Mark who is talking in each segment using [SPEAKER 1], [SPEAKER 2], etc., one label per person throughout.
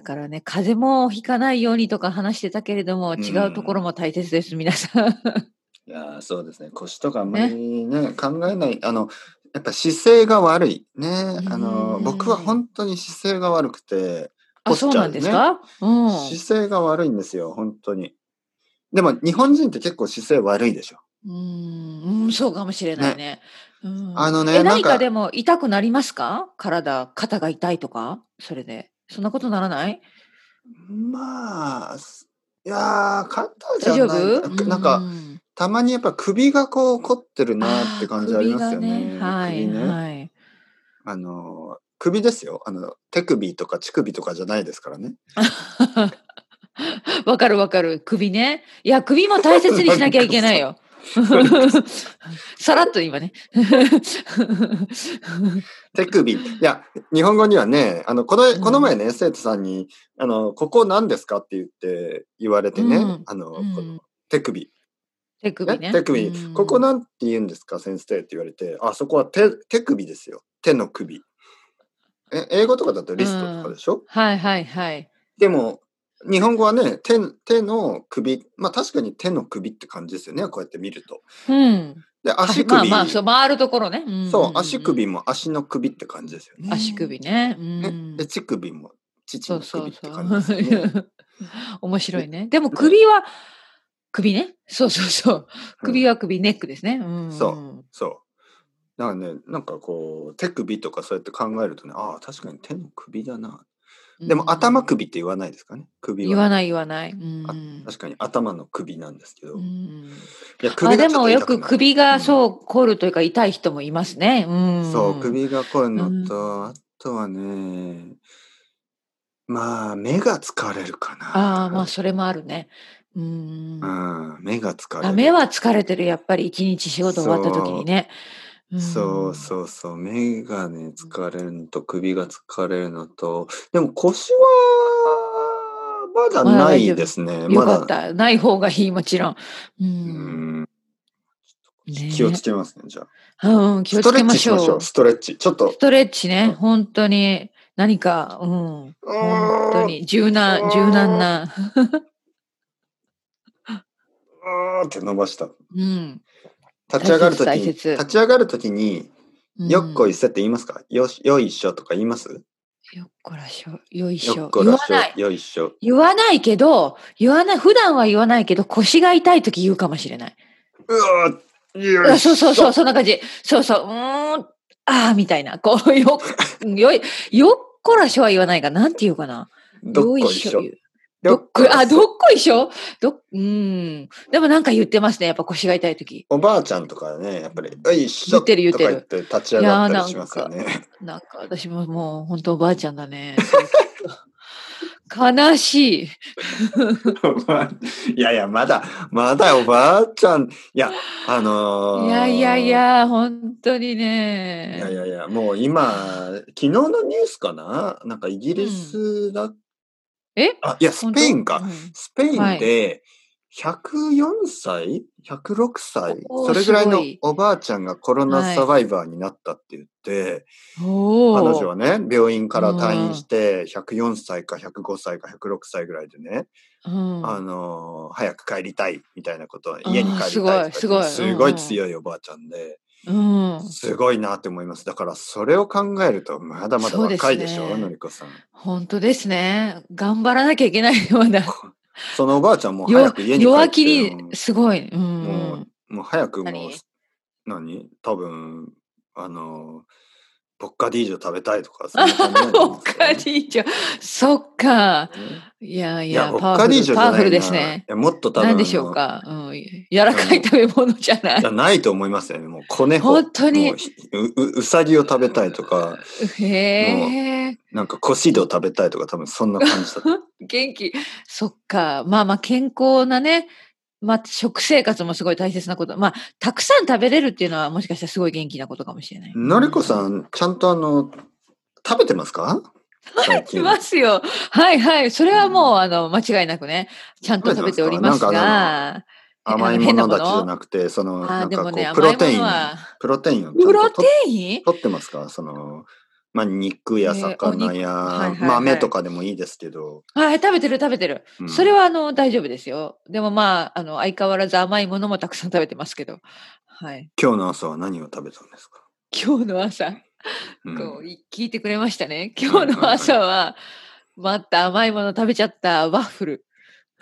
[SPEAKER 1] からね、風邪もひかないようにとか話してたけれども、
[SPEAKER 2] ん
[SPEAKER 1] 違うところも大切です、皆さ ん。
[SPEAKER 2] いやーそうですね腰とかあんまりね考えないあのやっぱ姿勢が悪いねあの
[SPEAKER 1] うん
[SPEAKER 2] 僕は本当に姿勢が悪くて
[SPEAKER 1] あ、そうなんですかうん。
[SPEAKER 2] 姿勢が悪いんですよ本当にでも日本人って結構姿勢悪いでしょ
[SPEAKER 1] うん、うんそうかもしれないね。うん
[SPEAKER 2] あのね
[SPEAKER 1] え、
[SPEAKER 2] な
[SPEAKER 1] 何
[SPEAKER 2] んか
[SPEAKER 1] かでも痛くなりますか体、肩が痛いとかそれで。そんなことならない
[SPEAKER 2] まあすいやー肩じ
[SPEAKER 1] 大丈
[SPEAKER 2] ゃない
[SPEAKER 1] 夫
[SPEAKER 2] かなんか、
[SPEAKER 1] うん
[SPEAKER 2] たまにやっぱ首がこう凝ってるなーって感じあり
[SPEAKER 1] ー
[SPEAKER 2] ますよね
[SPEAKER 1] 首がね。はい、
[SPEAKER 2] 首ね
[SPEAKER 1] はい。
[SPEAKER 2] あの首ですよあの手首とか乳首とかじゃないですからね
[SPEAKER 1] わかるわかる。首ね。いや、首も大切にしなきゃいけないよ。 さらっと今ね。
[SPEAKER 2] 手首。いや、日本語にはね、あの、こ
[SPEAKER 1] う
[SPEAKER 2] の、
[SPEAKER 1] ん
[SPEAKER 2] この前ね、生徒さんに、あの、ここ何ですかって言って、言われてね、
[SPEAKER 1] うん
[SPEAKER 2] あの、
[SPEAKER 1] うん
[SPEAKER 2] この手首、
[SPEAKER 1] 手首
[SPEAKER 2] ね
[SPEAKER 1] ね。
[SPEAKER 2] 手首、
[SPEAKER 1] うん
[SPEAKER 2] ここ何て言うんですか、先生って言われて、あ、そこは手、手首ですよ。手の首。え、英語とかだとリストとかでしょ、
[SPEAKER 1] はいはいはい。
[SPEAKER 2] でも、日本語はね、手、手の首、まあ確かに手の首って感じですよね、こうやって見ると。
[SPEAKER 1] うん。
[SPEAKER 2] で、足首、
[SPEAKER 1] まあまあ、そう回るところね。ん
[SPEAKER 2] そう、足。首も足の首って感じですよね。
[SPEAKER 1] 足首ね。うん
[SPEAKER 2] ね、で乳首も父
[SPEAKER 1] そ
[SPEAKER 2] の
[SPEAKER 1] うそう
[SPEAKER 2] 首って
[SPEAKER 1] そ
[SPEAKER 2] 感じですよね。
[SPEAKER 1] う。面白いね。でも首は、首ね。そうそうそう。首は首、ネックですね。うん。
[SPEAKER 2] そそう。だからね、なんかこう手首とかそうやって考えるとね、ああ確かに手の首だな。
[SPEAKER 1] うん。
[SPEAKER 2] でも頭首って言わないですかね。首は
[SPEAKER 1] 言わない言わない。うん。
[SPEAKER 2] 確かに頭の首なんですけど、
[SPEAKER 1] う
[SPEAKER 2] い
[SPEAKER 1] ん
[SPEAKER 2] や
[SPEAKER 1] あ
[SPEAKER 2] 首
[SPEAKER 1] で
[SPEAKER 2] がちょっ
[SPEAKER 1] も
[SPEAKER 2] と
[SPEAKER 1] よ
[SPEAKER 2] 痛く
[SPEAKER 1] く
[SPEAKER 2] なる
[SPEAKER 1] 首が
[SPEAKER 2] うん
[SPEAKER 1] そう凝るというか痛い人もいますね。うん、
[SPEAKER 2] そう首がこういうのと、あとはね、まあ目が疲れるかな。
[SPEAKER 1] ああまあそれもあるね。うん、
[SPEAKER 2] うん、目が疲れ
[SPEAKER 1] あ
[SPEAKER 2] る。
[SPEAKER 1] 目は疲れてるやっぱり一日仕事終わった時にね。
[SPEAKER 2] そうそうそう目がね疲れるのと首が疲れるのとでも腰はまだ
[SPEAKER 1] まだ
[SPEAKER 2] な
[SPEAKER 1] 大丈
[SPEAKER 2] い
[SPEAKER 1] 夫
[SPEAKER 2] ですね
[SPEAKER 1] よ
[SPEAKER 2] ま
[SPEAKER 1] かっ
[SPEAKER 2] だ
[SPEAKER 1] たない方がいいもちろん。う
[SPEAKER 2] うんん
[SPEAKER 1] ね
[SPEAKER 2] 気をつけますねじゃあ
[SPEAKER 1] うん、気を
[SPEAKER 2] ス
[SPEAKER 1] つ
[SPEAKER 2] トレ
[SPEAKER 1] け
[SPEAKER 2] ッ
[SPEAKER 1] ま
[SPEAKER 2] チ
[SPEAKER 1] し
[SPEAKER 2] し
[SPEAKER 1] ょ
[SPEAKER 2] ま
[SPEAKER 1] う。
[SPEAKER 2] しょうストレッチちょっと
[SPEAKER 1] ストレッチね、
[SPEAKER 2] うん
[SPEAKER 1] 本当に何か、うん、
[SPEAKER 2] うーん
[SPEAKER 1] 本当に柔軟、柔軟な、
[SPEAKER 2] うーんって伸ばした
[SPEAKER 1] うん。
[SPEAKER 2] 立ち上がるとき
[SPEAKER 1] 大
[SPEAKER 2] に
[SPEAKER 1] 切大切
[SPEAKER 2] 立ち上がるときに
[SPEAKER 1] うん
[SPEAKER 2] よっこいせって言いますかよしよいしょとか言います
[SPEAKER 1] よっこらしょ、よいし
[SPEAKER 2] よっ
[SPEAKER 1] ょ。
[SPEAKER 2] こ
[SPEAKER 1] 言
[SPEAKER 2] ら
[SPEAKER 1] わ
[SPEAKER 2] し
[SPEAKER 1] ない。
[SPEAKER 2] ょよいしょ
[SPEAKER 1] 言わないけど、言わない、普段は言わないけど、腰が痛いとき言うかもしれない。
[SPEAKER 2] うわー
[SPEAKER 1] う
[SPEAKER 2] よ
[SPEAKER 1] わ
[SPEAKER 2] いし
[SPEAKER 1] そう
[SPEAKER 2] ょ
[SPEAKER 1] そうそう、そんな感じ。そうそう、うーん、あーみたいな。こう、よ、 よい、よっこらしょは言わないが、なんて言うかな。
[SPEAKER 2] どっこい
[SPEAKER 1] よ
[SPEAKER 2] しょ
[SPEAKER 1] 言うどっこい、あ、ど
[SPEAKER 2] っ
[SPEAKER 1] っこいしょどっ、うーん。でもなんか言ってますね、やっぱ腰が痛いとき。
[SPEAKER 2] おばあちゃんとかね、やっぱり、よいし
[SPEAKER 1] 言
[SPEAKER 2] ょ
[SPEAKER 1] ってる言っ
[SPEAKER 2] と
[SPEAKER 1] て
[SPEAKER 2] か
[SPEAKER 1] る
[SPEAKER 2] 言って立ち上がったりしますよね。
[SPEAKER 1] なんか私ももう、本当おばあちゃんだね。悲しい。
[SPEAKER 2] いやいや、まだ、まだおばあちゃん、いや、あのー
[SPEAKER 1] いやいやい。や、本当にね。
[SPEAKER 2] いやいやいや、もう今、昨日のニュースかななんかイギリスだ、
[SPEAKER 1] え
[SPEAKER 2] あ、いや、スペインか。
[SPEAKER 1] 本当うん
[SPEAKER 2] スペイ
[SPEAKER 1] は
[SPEAKER 2] ン
[SPEAKER 1] い
[SPEAKER 2] で、104歳 ?106 歳
[SPEAKER 1] おー
[SPEAKER 2] それぐらい
[SPEAKER 1] す
[SPEAKER 2] の
[SPEAKER 1] ごい
[SPEAKER 2] おばあちゃんがコロナサバイバーになったって言って、
[SPEAKER 1] お
[SPEAKER 2] 彼
[SPEAKER 1] ー
[SPEAKER 2] 女はね病院から退院して104歳か105歳か106歳ぐらいでね、
[SPEAKER 1] うん
[SPEAKER 2] あのー早く帰りたいみたいなこと
[SPEAKER 1] ー
[SPEAKER 2] 家に帰りたいとか言って
[SPEAKER 1] すごいすごい
[SPEAKER 2] すご
[SPEAKER 1] う
[SPEAKER 2] い
[SPEAKER 1] ん
[SPEAKER 2] 強いおばあちゃんで、
[SPEAKER 1] うん、
[SPEAKER 2] すごいなって思いますだからそれを考えるとまだまだ
[SPEAKER 1] そうですね
[SPEAKER 2] 若いでしょのりこさん
[SPEAKER 1] 本当ですね。頑張らなきゃいけないような。
[SPEAKER 2] そのおばあちゃんも
[SPEAKER 1] よ
[SPEAKER 2] 早く家に帰って
[SPEAKER 1] 弱気に、すごい。う。
[SPEAKER 2] もうんもう早くもう
[SPEAKER 1] 何
[SPEAKER 2] 何多分あのーボッカディージョ食べたいとかそんな感じなんですよ
[SPEAKER 1] ボッカディージョ。そっか。いやい
[SPEAKER 2] いや、
[SPEAKER 1] や、
[SPEAKER 2] ボ
[SPEAKER 1] パワ
[SPEAKER 2] ッカ
[SPEAKER 1] フ
[SPEAKER 2] ディー
[SPEAKER 1] ル
[SPEAKER 2] ジョじ
[SPEAKER 1] パ
[SPEAKER 2] ゃ
[SPEAKER 1] ワ
[SPEAKER 2] な
[SPEAKER 1] フル
[SPEAKER 2] い
[SPEAKER 1] で
[SPEAKER 2] な。
[SPEAKER 1] すね。
[SPEAKER 2] いやもっと多分。
[SPEAKER 1] 何でしょうか。うん。柔らかい食べ物じゃな
[SPEAKER 2] あの。じゃ
[SPEAKER 1] い。
[SPEAKER 2] ないと思いますよね。もう子猫。
[SPEAKER 1] 本当に
[SPEAKER 2] もうひうううさぎを食べたいとか、
[SPEAKER 1] へえ。
[SPEAKER 2] なんかコシドを食べたいとか、多分そんな感じだった。
[SPEAKER 1] 元気。そっか。まあまあ、健康なね。まあ、食生活もすごい大切なこと。まあ、たくさん食べれるっていうのは、もしかしたらすごい元気なことかもしれない。
[SPEAKER 2] のりこさん、ちゃんとあの、食べてますか最
[SPEAKER 1] いますよ。はいはい。それはもう、あの、間違いなくね、ちゃんと食べております
[SPEAKER 2] なんか
[SPEAKER 1] が、
[SPEAKER 2] 甘いものだけじゃなくて、その、
[SPEAKER 1] あ
[SPEAKER 2] な
[SPEAKER 1] あ、
[SPEAKER 2] ん
[SPEAKER 1] で
[SPEAKER 2] かこ
[SPEAKER 1] もね、
[SPEAKER 2] う、プロ
[SPEAKER 1] 甘いも
[SPEAKER 2] テイン
[SPEAKER 1] の、は、
[SPEAKER 2] プロテインをちゃん
[SPEAKER 1] プロ
[SPEAKER 2] と
[SPEAKER 1] テ
[SPEAKER 2] と
[SPEAKER 1] イン
[SPEAKER 2] 取ってますかその、まあ、肉や
[SPEAKER 1] ねお
[SPEAKER 2] 魚
[SPEAKER 1] 肉
[SPEAKER 2] や、
[SPEAKER 1] はいはいはい
[SPEAKER 2] 豆とかでもいいですけど、
[SPEAKER 1] はい、食べてる食べてる。
[SPEAKER 2] うん
[SPEAKER 1] それはあの大丈夫ですよ。でもまあ、あの相変わらず甘いものもたくさん食べてますけど。はい。
[SPEAKER 2] 今日の朝は何を食べたんですか、
[SPEAKER 1] 今日の朝、
[SPEAKER 2] うん
[SPEAKER 1] こうい聞いてくれましたね。今日の朝は、また甘いもの食べちゃったワッフル。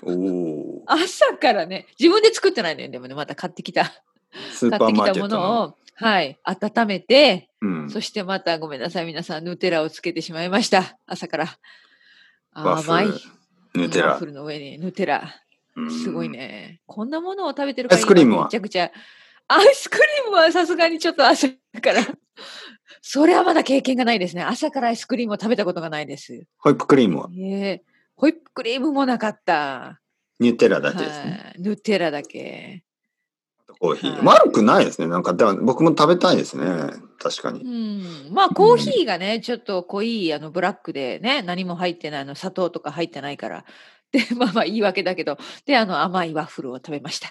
[SPEAKER 2] おお
[SPEAKER 1] 朝からね、自分で作ってないのよ。でもね、また買ってきた。
[SPEAKER 2] スー
[SPEAKER 1] 買
[SPEAKER 2] パ
[SPEAKER 1] って
[SPEAKER 2] ー
[SPEAKER 1] き
[SPEAKER 2] マー
[SPEAKER 1] た
[SPEAKER 2] ケッ
[SPEAKER 1] も
[SPEAKER 2] ト
[SPEAKER 1] の
[SPEAKER 2] の、
[SPEAKER 1] を、はい、温めて、
[SPEAKER 2] うん
[SPEAKER 1] そ、してまたごめんなさい、皆さん、ヌテラをつけてしまいました。朝から。
[SPEAKER 2] ワ
[SPEAKER 1] 甘い
[SPEAKER 2] ッフ。ルヌテ
[SPEAKER 1] ワッ
[SPEAKER 2] ラ
[SPEAKER 1] フ、ルの上にヌテラ。
[SPEAKER 2] うん
[SPEAKER 1] すごいね。こんなものを食べてるから
[SPEAKER 2] アイスクリームは
[SPEAKER 1] 今めちゃくちゃ。アイスクリームはさすがにちょっと朝から。それはまだ経験がないですね。朝からアイスクリームを食べたことがないです。
[SPEAKER 2] ホイップクリームは
[SPEAKER 1] ええホイップクリームもなかった。
[SPEAKER 2] ニュテラだけですね、
[SPEAKER 1] はいヌテラだけ。
[SPEAKER 2] コーヒー、
[SPEAKER 1] はい
[SPEAKER 2] 悪くないですねなんかだから僕も食べたいですね確か
[SPEAKER 1] う
[SPEAKER 2] に、
[SPEAKER 1] ん。まあ、コーヒーがね、ちょっと濃い、あの、ブラックでね、何も入ってない、あの、砂糖とか入ってないから。で、 まあまあ、言い訳だけど。で、あの、甘いワッフルを食べました。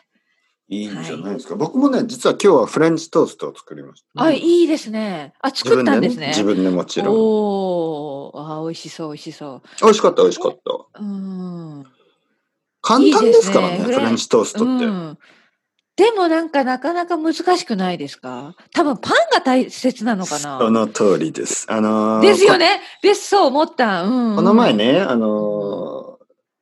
[SPEAKER 2] いいんじゃないですか、僕もね実は今日はフレンチトーストを作りました、
[SPEAKER 1] あ、いいですね。あ、
[SPEAKER 2] 自
[SPEAKER 1] 作っ
[SPEAKER 2] 分
[SPEAKER 1] た
[SPEAKER 2] で
[SPEAKER 1] ん
[SPEAKER 2] ね
[SPEAKER 1] ですね。
[SPEAKER 2] 自分でもちろん
[SPEAKER 1] おお、あー、美味しそう、美味しそ
[SPEAKER 2] 美味しかった美味しかった
[SPEAKER 1] う。うーん。
[SPEAKER 2] 簡単ですからね
[SPEAKER 1] いいですね
[SPEAKER 2] フレンチトーストって、
[SPEAKER 1] うん。でもなんかなかなか難しくないですか多分パンが大切なのか
[SPEAKER 2] そ
[SPEAKER 1] な
[SPEAKER 2] の通りですあのー
[SPEAKER 1] ですよねです、そう思った。うん、うん。
[SPEAKER 2] ここの前。ねあのー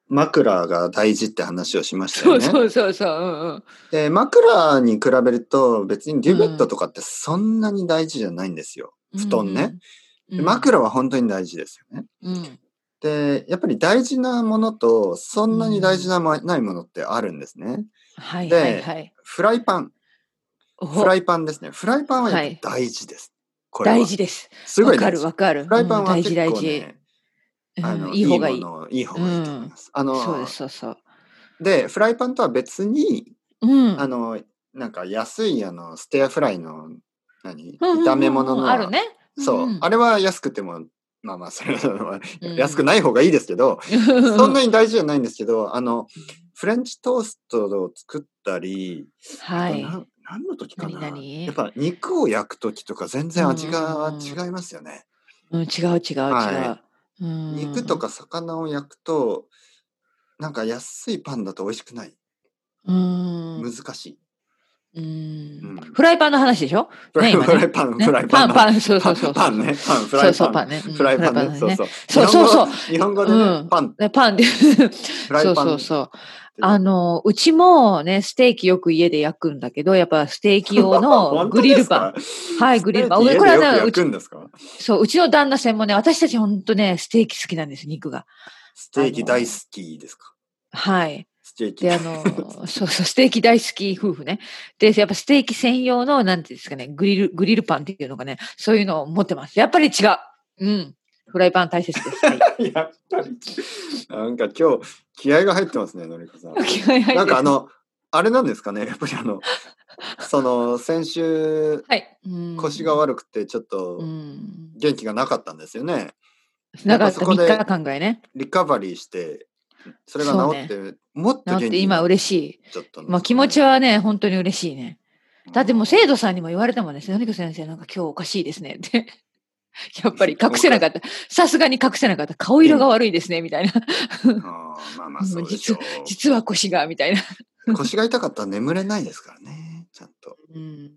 [SPEAKER 2] 枕が大事って話をしました
[SPEAKER 1] そ
[SPEAKER 2] よ
[SPEAKER 1] う
[SPEAKER 2] ね。
[SPEAKER 1] そうそうそう。うんうん。
[SPEAKER 2] で、枕に比べると別にデュベットとかってそんなに大事じゃないんですよ。布団ね。
[SPEAKER 1] うんう
[SPEAKER 2] で
[SPEAKER 1] ん。
[SPEAKER 2] 枕は本当に大事ですよね。
[SPEAKER 1] うん。
[SPEAKER 2] で、やっぱり大事なものと、そんなに大事なも、ないものってあるんですね。
[SPEAKER 1] はい
[SPEAKER 2] で
[SPEAKER 1] はいはい。
[SPEAKER 2] フライパン。
[SPEAKER 1] お
[SPEAKER 2] フライパンですね。フライパンはや
[SPEAKER 1] は
[SPEAKER 2] っ
[SPEAKER 1] い
[SPEAKER 2] ぱ大事です。これは
[SPEAKER 1] 大事です。
[SPEAKER 2] すご
[SPEAKER 1] わ
[SPEAKER 2] い
[SPEAKER 1] か
[SPEAKER 2] 大
[SPEAKER 1] る
[SPEAKER 2] 事。
[SPEAKER 1] わかる。
[SPEAKER 2] フライパンは
[SPEAKER 1] うん大
[SPEAKER 2] 結
[SPEAKER 1] 事
[SPEAKER 2] 構、
[SPEAKER 1] 大
[SPEAKER 2] ね
[SPEAKER 1] 事。
[SPEAKER 2] あ
[SPEAKER 1] うん
[SPEAKER 2] の
[SPEAKER 1] いい方がい
[SPEAKER 2] い
[SPEAKER 1] い
[SPEAKER 2] も。のいい方がいいと思います。あ
[SPEAKER 1] そうで
[SPEAKER 2] の
[SPEAKER 1] す、そうそう。
[SPEAKER 2] で、フライパンとは別に、
[SPEAKER 1] うん。
[SPEAKER 2] あの、なんか安いあのステアフライの何
[SPEAKER 1] うんうんうんうん
[SPEAKER 2] 炒め物の
[SPEAKER 1] あるね。
[SPEAKER 2] そう、
[SPEAKER 1] ん
[SPEAKER 2] あれは安くても、まあまあ、それは
[SPEAKER 1] うん
[SPEAKER 2] 安くない方がいいですけど、 そんなに大事じゃないんですけど、あの、フレンチトーストを作ったり、
[SPEAKER 1] はい。
[SPEAKER 2] な何の時かな
[SPEAKER 1] 何々
[SPEAKER 2] やっぱ肉を焼く時とか全然味
[SPEAKER 1] うん
[SPEAKER 2] が
[SPEAKER 1] うんうん
[SPEAKER 2] 違いますよね。
[SPEAKER 1] うん、違う違う違う。
[SPEAKER 2] は
[SPEAKER 1] うん
[SPEAKER 2] 肉と、か魚を焼くと、なんか安いパンだと美味しくない。
[SPEAKER 1] うん
[SPEAKER 2] 難しい。
[SPEAKER 1] うん
[SPEAKER 2] うん
[SPEAKER 1] フライパンの話でしょ、
[SPEAKER 2] フライ
[SPEAKER 1] ね今ね
[SPEAKER 2] フライパン、
[SPEAKER 1] ね、
[SPEAKER 2] フライ
[SPEAKER 1] パ
[SPEAKER 2] パン
[SPEAKER 1] ン、
[SPEAKER 2] の。
[SPEAKER 1] パン、そうそ
[SPEAKER 2] パ
[SPEAKER 1] うそう。
[SPEAKER 2] ンパンね。パン、フラ
[SPEAKER 1] そう
[SPEAKER 2] イ
[SPEAKER 1] そ
[SPEAKER 2] パ
[SPEAKER 1] う、
[SPEAKER 2] ン。
[SPEAKER 1] パンね。うん
[SPEAKER 2] フライパンね。そう
[SPEAKER 1] ね。
[SPEAKER 2] そう。
[SPEAKER 1] そうそうそう。
[SPEAKER 2] 日本語日本語
[SPEAKER 1] う
[SPEAKER 2] で
[SPEAKER 1] ん
[SPEAKER 2] パン、
[SPEAKER 1] ねパンで。
[SPEAKER 2] フライパ
[SPEAKER 1] そ
[SPEAKER 2] ン。
[SPEAKER 1] うそうそう。
[SPEAKER 2] て
[SPEAKER 1] あの、うちもね、ステーキよく家で焼くんだけど、やっぱステーキ用の
[SPEAKER 2] 本
[SPEAKER 1] グ
[SPEAKER 2] 当
[SPEAKER 1] リ
[SPEAKER 2] で
[SPEAKER 1] ル
[SPEAKER 2] すか
[SPEAKER 1] パン。はい、グリルパン。
[SPEAKER 2] ステーキ
[SPEAKER 1] これ
[SPEAKER 2] 家で
[SPEAKER 1] は
[SPEAKER 2] よく
[SPEAKER 1] ね、う
[SPEAKER 2] 焼く
[SPEAKER 1] ち、
[SPEAKER 2] んですか
[SPEAKER 1] そう、うちの旦那さんもね、私たちほんとね、ステーキ好きなんです、肉が。
[SPEAKER 2] ステーキ大好きですか
[SPEAKER 1] はい。
[SPEAKER 2] ステーキ
[SPEAKER 1] で、あ
[SPEAKER 2] 大
[SPEAKER 1] の、 そうそう、ステーキ大好き夫婦ね。で、やっぱステーキ専用の、なんていうんですかね、グリル、グリルパンっていうのがね、そういうのを持ってます。やっぱり違う。うん。フライパン大切です。はい。
[SPEAKER 2] やっぱり。なんか今日、気合が入ってますね、のりこさん。
[SPEAKER 1] 気合入ってる
[SPEAKER 2] なんかあ、の、あれなんですかね、やっぱり あの、その、先週、
[SPEAKER 1] はい。うん
[SPEAKER 2] 腰が悪くて、ちょっと
[SPEAKER 1] うん。
[SPEAKER 2] 元気がなかったんですよね。
[SPEAKER 1] なか
[SPEAKER 2] や
[SPEAKER 1] っ
[SPEAKER 2] っぱ
[SPEAKER 1] た
[SPEAKER 2] そこで
[SPEAKER 1] 3日間ぐらいね。
[SPEAKER 2] リカバリーして、それが治って、もっと
[SPEAKER 1] な
[SPEAKER 2] 元
[SPEAKER 1] っ
[SPEAKER 2] 気
[SPEAKER 1] て今嬉しい。
[SPEAKER 2] い。ちょっと
[SPEAKER 1] まあ気持ちはね、本当に嬉しいね。だってもう生徒さんにも言われたもんですよ。のりこ先生、なんか今日おかしいですねって。 やっぱり隠せなかった。さすがに隠せなかった。顔色が悪いですね、みたいな。
[SPEAKER 2] あーまあまあそうでしょ う。
[SPEAKER 1] 実は腰が、みたいな。
[SPEAKER 2] 腰が痛かったら眠れないですからね、ちゃんと。
[SPEAKER 1] うん